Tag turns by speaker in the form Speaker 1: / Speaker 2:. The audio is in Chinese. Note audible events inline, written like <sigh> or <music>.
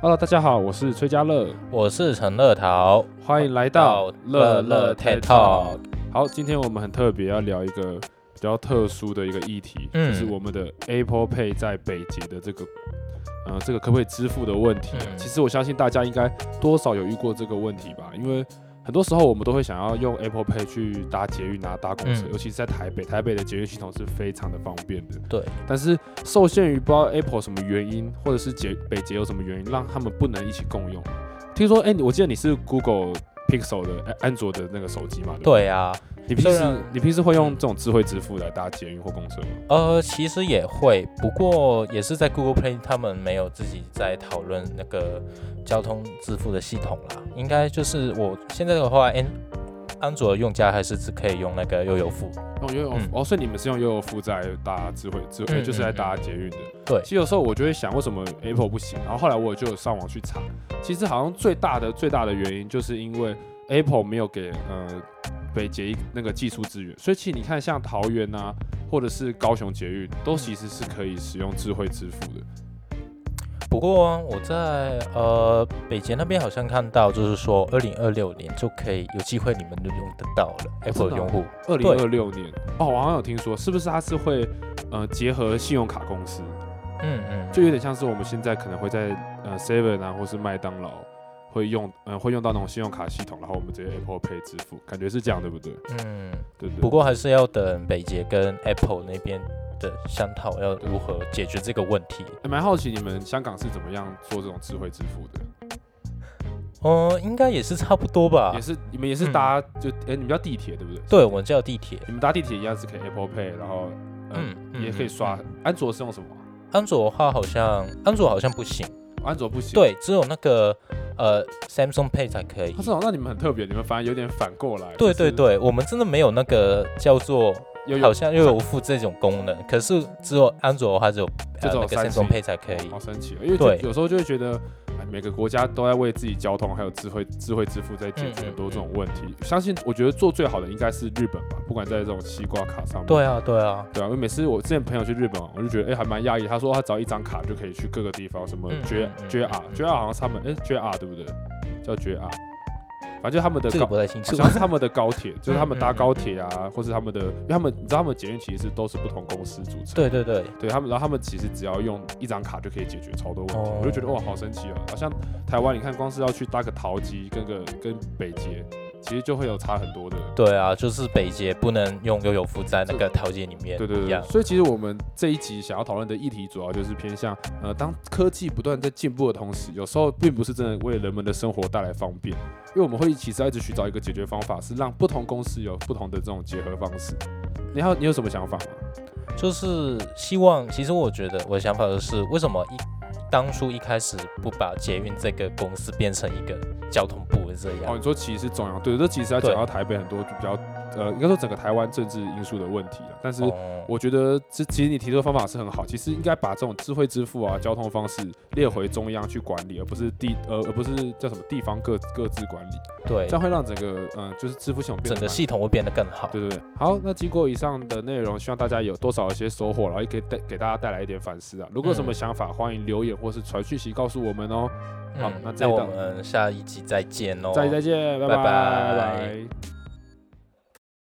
Speaker 1: Hello，大家好，我是崔家乐，
Speaker 2: 我是陈乐桃，
Speaker 1: 欢迎来到
Speaker 2: 到乐乐 TED Talk。
Speaker 1: 好，今天我们很特别，要聊一个比较特殊的一个议题，
Speaker 2: 嗯
Speaker 1: 就是我们的 Apple Pay 在北捷的这个呃这个可不可以支付的问题。
Speaker 2: 嗯
Speaker 1: 其实我相信大家应该多少有遇过这个问题吧，因为。很多时候我们都会想要用 Apple Pay 去搭捷运啊、搭公车，
Speaker 2: 嗯
Speaker 1: 尤其是在台北，台北的捷运系统是非常的方便的。
Speaker 2: 对，
Speaker 1: 但是受限于不知道 Apple 什么原因，或者是捷北捷有什么原因，让他们不能一起共用。听说，哎、你我记得你是 Google Pixel 的呃安安卓的那个手机嘛？吧
Speaker 2: 对啊，
Speaker 1: 你平
Speaker 2: 虽
Speaker 1: 时
Speaker 2: 然
Speaker 1: 你平时会用这种智慧支付来搭捷运或公车吗？
Speaker 2: 呃，其实也会，不过也是在 Google Play 他们没有自己在讨论那个交通支付的系统啦。应该就是我现在的话，安安卓的用家还是只可以用那个悠游付。
Speaker 1: 哦，悠悠、
Speaker 2: 嗯
Speaker 1: 哦，所以你们是用悠悠付在搭智慧智慧，
Speaker 2: 嗯
Speaker 1: 就是在搭捷运的。
Speaker 2: 对
Speaker 1: 其实有时候我就会想，为什么 Apple 不行？然后后来我就有上网去查，其实好像最大的最大的原因，就是因为 Apple 没有给呃北捷一那个技术资源。所以其实你看，像桃园啊，或者是高雄捷运，
Speaker 2: 嗯
Speaker 1: 都其实是可以使用智慧支付的。
Speaker 2: 不过啊我在呃北捷那边好像看到，就是说二零二六年就可以有机会你们就用得到了 Apple
Speaker 1: 真的哦
Speaker 2: 用户。
Speaker 1: 二零二六年哦，我好像有听说，是不是它是会呃结合信用卡公司？
Speaker 2: 嗯嗯，
Speaker 1: 就有点像是我们现在可能会在呃 Seven 啊，或是麦当劳会用，嗯、会用到那种信用卡系统，然后我们直接 Apple Pay 支付，感觉是这样，对不对？
Speaker 2: 嗯。
Speaker 1: 对对
Speaker 2: 不过还是要等北捷跟 Apple 那边的商讨要如何解决这个问题。
Speaker 1: 还蛮好奇你们香港是怎么样做这种智慧支付的？
Speaker 2: 哦，应该也是差不多吧
Speaker 1: 也。是你们也
Speaker 2: 嗯
Speaker 1: 是搭、就哎、你们叫地铁对不对？
Speaker 2: 啊对，我们叫地铁。
Speaker 1: 你们搭地铁一样是可以 Apple Pay，然后、嗯，
Speaker 2: 嗯，
Speaker 1: 也可以
Speaker 2: 嗯
Speaker 1: 刷。
Speaker 2: 嗯
Speaker 1: 安卓是用什么啊？
Speaker 2: 安卓的话好像安卓好像不行，
Speaker 1: 安卓不行。，啊
Speaker 2: 对，只有那个呃 Samsung Pay 才可以
Speaker 1: 它。是哦，那你们很特别，你们反而有点反过来。
Speaker 2: 对对，对，我们真的没有那个叫做
Speaker 1: 有
Speaker 2: 好
Speaker 1: 有
Speaker 2: 像又有付这种功能，可是只有安卓的话只有
Speaker 1: 这
Speaker 2: 呃
Speaker 1: 种
Speaker 2: 那个
Speaker 1: 三
Speaker 2: Samsung
Speaker 1: C
Speaker 2: Pay 才可以
Speaker 1: 好。神奇哦，因为
Speaker 2: 对
Speaker 1: 就有时候就会觉得，哎，每个国家都在为自己交通还有智慧智慧支付在解决
Speaker 2: 嗯嗯
Speaker 1: 很多这种问题。相信我觉得做最好的应该是日本吧，不管在这种西瓜卡上面。
Speaker 2: 对啊对啊，
Speaker 1: 对啊，因为每次我之前朋友去日本啊，我就觉得哎、还蛮讶异，他说他只要一张卡就可以去各个地方，什么
Speaker 2: 嗯
Speaker 1: J
Speaker 2: 嗯嗯
Speaker 1: J R
Speaker 2: 嗯嗯
Speaker 1: J R 好像是他们哎 J R 对不对？叫 J R，反正就是他们的
Speaker 2: 这个
Speaker 1: 高
Speaker 2: 不太清楚
Speaker 1: 好。像是他们的高铁，就是他们
Speaker 2: 嗯嗯
Speaker 1: 搭
Speaker 2: 嗯
Speaker 1: 高铁啊，或是他们的，因为他们你知道他们捷运其实是都是不同公司组成，
Speaker 2: <laughs> 对对对，
Speaker 1: 对他们，然后他们其实只要用一张卡就可以解决超多问题，
Speaker 2: 哦
Speaker 1: 我就觉得哇，好神奇哦！好像台湾，你看光是要去搭个桃机跟个跟北捷，其实就会有差很多的。
Speaker 2: 对啊，就是北捷不能用悠游付在那个桃姐里面
Speaker 1: 对对
Speaker 2: 一
Speaker 1: 对，
Speaker 2: 样。
Speaker 1: 所以其实我们这一集想要讨论的议题，主要就是偏向呃，当科技不断在进步的同时，有时候并不是真的为人们的生活带来方便，因为我们会其实要一直寻找一个解决方法，是让不同公司有不同的这种结合方式。你还有你有什么想法吗？
Speaker 2: 就是希望，其实我觉得我的想法就是，为什么一当初一开始不把捷运这个公司变成一个交通部这
Speaker 1: 哦，
Speaker 2: 样？
Speaker 1: 你说其实是中央，对，这其实要讲
Speaker 2: 对
Speaker 1: 到台北很多就比较，呃，应该说整个台湾政治因素的问题了。但是
Speaker 2: 哦，
Speaker 1: 我觉得这其实你提出的方法是很好，其实应该把这种智慧支付啊、交通方式列回中央去管理，而不是地呃而不是叫什么地方各各自管理，
Speaker 2: 对
Speaker 1: 这，样会让整个嗯、呃就是支付系统变
Speaker 2: 整
Speaker 1: 得
Speaker 2: 个
Speaker 1: 蛮
Speaker 2: 系统会变得更好。
Speaker 1: 对对对，好，那经过以上的内容，希望大家有多少一些收获，然后也给带给大家带来一点反思啊。如果有什么
Speaker 2: 嗯
Speaker 1: 想法，欢迎留言或是传讯息告诉我们哦。好
Speaker 2: 嗯
Speaker 1: 那这
Speaker 2: 那
Speaker 1: 一
Speaker 2: 我
Speaker 1: 档
Speaker 2: 们下一集再见哦。
Speaker 1: 再再见，拜
Speaker 2: 拜
Speaker 1: 拜
Speaker 2: 拜
Speaker 1: 拜拜。